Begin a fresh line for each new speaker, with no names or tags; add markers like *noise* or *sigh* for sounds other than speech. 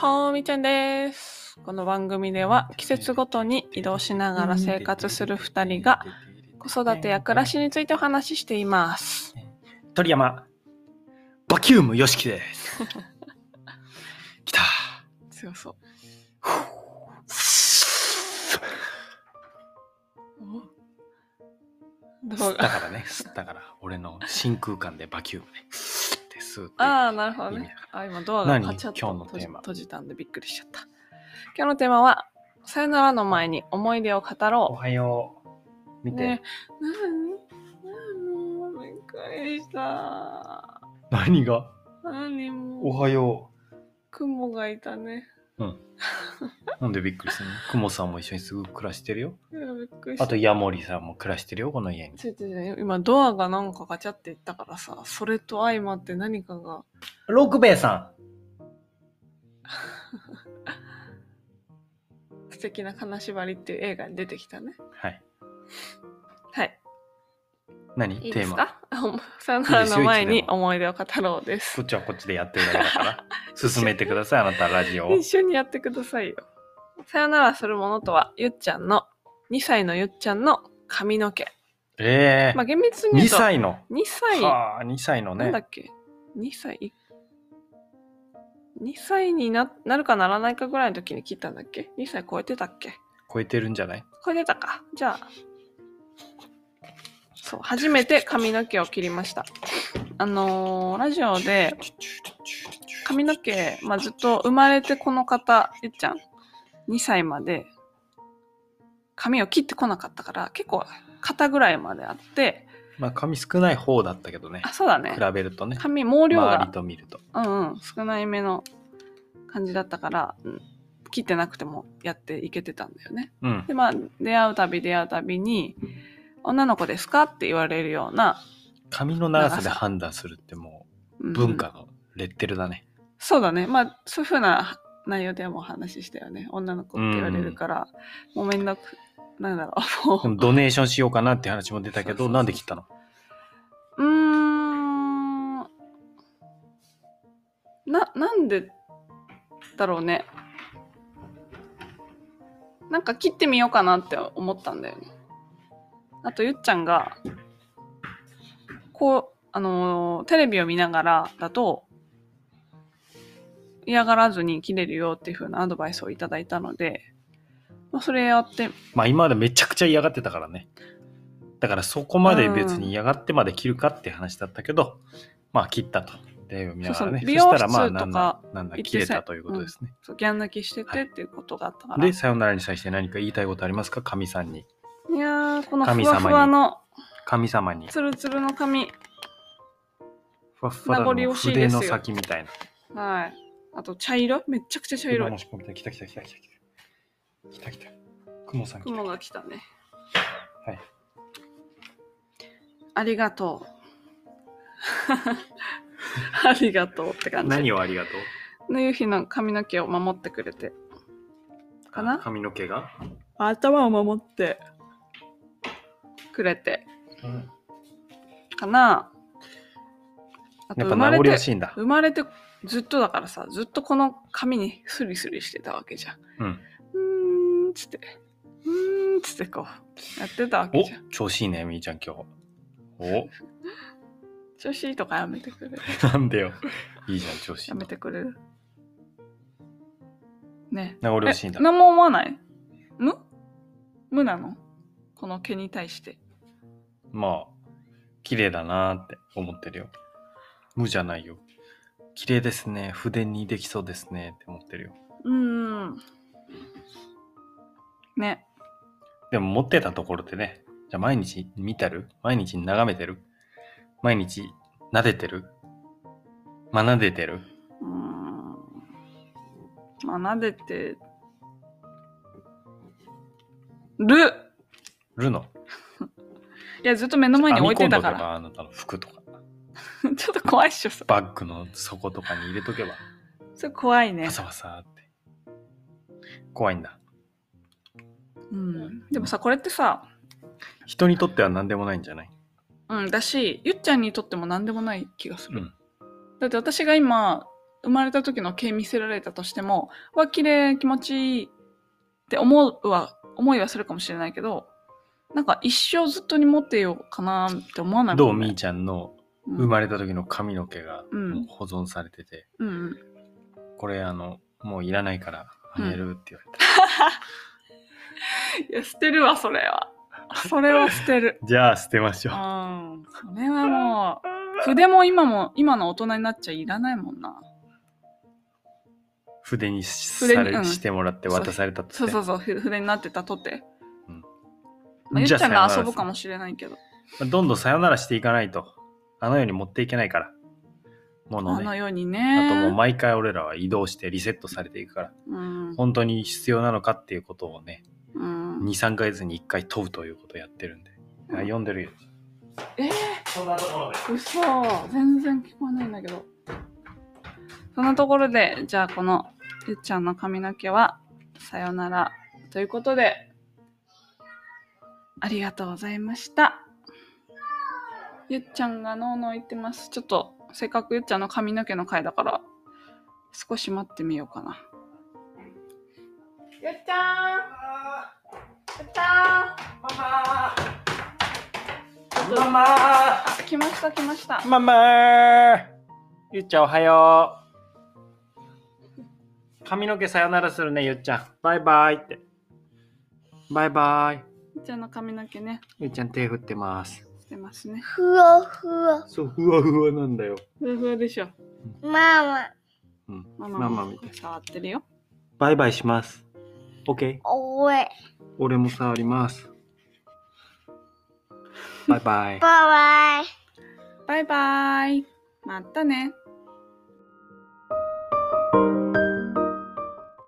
ほーみちゃんです。この番組では季節ごとに移動しながら生活する2人が子育てや暮らしについてお話ししています。
鳥山バキュームよしきです *laughs* 来た
強そう。おど
吸
う
った
が
からね吸ったから俺の真空管でバキュームね吸って吸うって
ああ、なるほど
意味
ね
だか。
あ今ドアが
何
カチャッと
今日の
閉じ
テーマ
閉じたんでびっくりしちゃった。今日のテーマは、さよならの前に思い出を語ろう
お。はよう見て、
ね何何びっくりした。
何が
何も
お
う、
はよ
雲がいたね。
うなんでびっくりするのクモさんも一緒にすぐ暮らしてるよ
いやびっくりした。
あとヤモリさんも暮らしてるよこの家に
ちょっとね今ドアがなんかガチャっていったからさ、それと相まって何かが、
六兵衛さ
素敵な金縛りっていう映画に出てきたね
ん。はい
はい。
何
いいで
テー
す
マ
かあほんまさよならの前
いいですよいつ
に
でも
思い出を語ろうです
こっ。ちはこっちでやってるだけだから
*laughs*
進めてくださいあなたラジオを
一緒にやってくださいよ。さよならするものとは、ゆっちゃんの、2歳のゆっちゃんの髪の毛。
ええ
まあ厳密に言う
二
と、
歳の
2歳、
はあ、2歳の
なんだ
ね。
っけ ?2 歳 ?2 歳にななるかならないかぐらいの時に切ったんだっけ ?2 歳超えてたっけ
超えてるんじゃない
超えてたか。じゃあ、そう、初めて髪の毛を切りました。あのーラジオで、 *laughs* 髪の毛、まあ、ずっと生まれてこの方、ゆっちゃん、2歳まで、髪を切ってこなかったから、結構肩ぐらいまであって、
まあ、髪少ない方だったけどね
あ、。そうだね
比。べるとね。
髪、毛量
周り
が、
と見ると。
うんうん、少ないめの感じだったから、うん切ってなくてもやっていけてたんだよね。
うん。
で、まあ、出会うたび出会うたびに、女の子ですかって言われるような、
髪の長さで判断するっても
う
うん文化のレッテルだね。
そうだね。まあ、そういうふうな内容でもお話ししたよね。女の子って言われるから、もうめんどく、なんだろう、も
でもドネーションしようかなって話も出
そう
たけ
そう
ど、
そう
なんで切ったの
う。うーん。な、なんでだろうね。なんか切ってみようかなって思ったんだよね。あと、ゆっちゃんが、こう、あのーテレビを見ながらだと、嫌がらずに切れるよっていう風なアドバイスをいただいたので、まあ、それやって、
まあ、今までめちゃくちゃ嫌がってたからね。だからそこまで別に嫌がってまで切るかって話だったけど、まあ、切ったと。テレビを見ながらね。
そう
そ
そう
したら、まあ、
美容室
なん
とか
だ、なんだ、
行って
切れ
さ
たということですね。
そうギャン抜きして
は
て
い
っていうことがあったから。
で、さよならに際して何か言いたいことありますか神さんに。
いやー、このふ
神
わ
様に
ふわの
神様に。
ツルツルの髪。
ふわっふわだ
名残
の
惜しいで
筆
すよ
の先みたいな。
はい。あと茶色めちゃくちゃ茶色
今
い
の。尻尾みたい。来た来た来た来た来た。来た来た。雲さん来た。
雲が来たね。
はい。
ありがとう。 *laughs* ありがとうって感じ。
何をありがとう
の夕日の髪の毛を守ってくれて。かな
髪の毛が、
頭を守ってくれて。かなあと
やっ
生
ぱ
まれ
名残惜
て、
しいんだ。
生まれてずっとだからさ、ずっとこの髪にスリスリしてたわけじゃん。
うん。
うーんっつって、うーんっつってこう、やってたわけ
お
じゃん。
調子いいね、みーちゃん今日。お
調子いいとかやめてくれる。
*laughs* なんでよ。いいじゃん、調子い
や
い
め
の。
てくれる。ね
名残惜しいん
え
だ。
何も思わない無無なのこの毛に対して。
まあ、綺麗だなーって思ってるよ。無じゃないよ。綺麗ですね。筆にできそうですね。って思ってるよ。
うーん。ね。
でも持ってたところでね、じゃあ毎日見てる毎日眺めてる毎日撫でてるまあ撫でてる
うーん。まあ、撫でてる
るの
いや、ずっと目の前に置いてたか
編
ら。
み込んどけばあなたの服とか、
*laughs* ちょっと怖いっしょ、それ
バッグの底とかに入れとけば、
それ怖いね
わ。さわさって。怖いんだ。
うん、でもさこれってさ、
人にとっては何でもないんじゃない
うん、だしゆっちゃんにとっても何でもない気がす
う
る、
ん。
だって私が今生まれた時の毛見せられたとしても、わ、綺麗、気持ちいいって思うは、思いはするかもしれないけど、なんか一生ずっとに持ってようかなって思わない
どうみー
み
ちゃんの
生
生まれた時の髪の毛が
うん
もう保存されてて、
うんうん。
これあの、もういらないから
うん
あげるって言われた。
いや、捨てるわ、それは。それは捨てる。
じゃあ捨てまし
う
ょう。
ん。それはもう、筆も今も、今の大人になっちゃいらないもんな。
筆にし
筆に
され
うん
してもらって渡されたと
そう
て
そうそう、ふ筆になってたとて。
うん
まあ、ゆっちゃん
じゃあ
が
さよなら
遊ぶかもしれないけど、
まあどんどんさよならしていかないと、あの世に持っていけないから。もの
あ
ね。
のように
あともう
ね。
毎回俺らは移動してリセットされていくから、
うん。
本当に必要なのかっていうことをね、
うん
2、3ヶ月に1回問うということをやってるんで。あ、読んでるよ。
えー
そんなところで。
嘘全然聞こえないんだけどそんなところでじゃあこのゆっちゃんの髪の毛はさよならということでありがとうございましたゆっちゃんがノーノー言ってますちょっとせっかくゆっちゃんの髪の毛の回だから少し待ってみようかなゆっちゃんゆっちゃん
ママ
あ来ました来ました
ーママーゆっちゃんおはよう。髪の毛さよならするね、ゆっちゃん。バイバイって。バイバイ。
ゆっちゃんの髪の毛ね
ゆっちゃん手振ってます。
してますね
ふわふわ。
そう、ふわふわなんだよ。
ふわふわでしょ
ママ、
うん。
マ
マ
マ
マ
も
みたい
触ってるよ。
バイバイします。オッケー。
おえ。
俺も触り *laughs* ます。バイバイ。
バイバイ。
バイバイ。またね。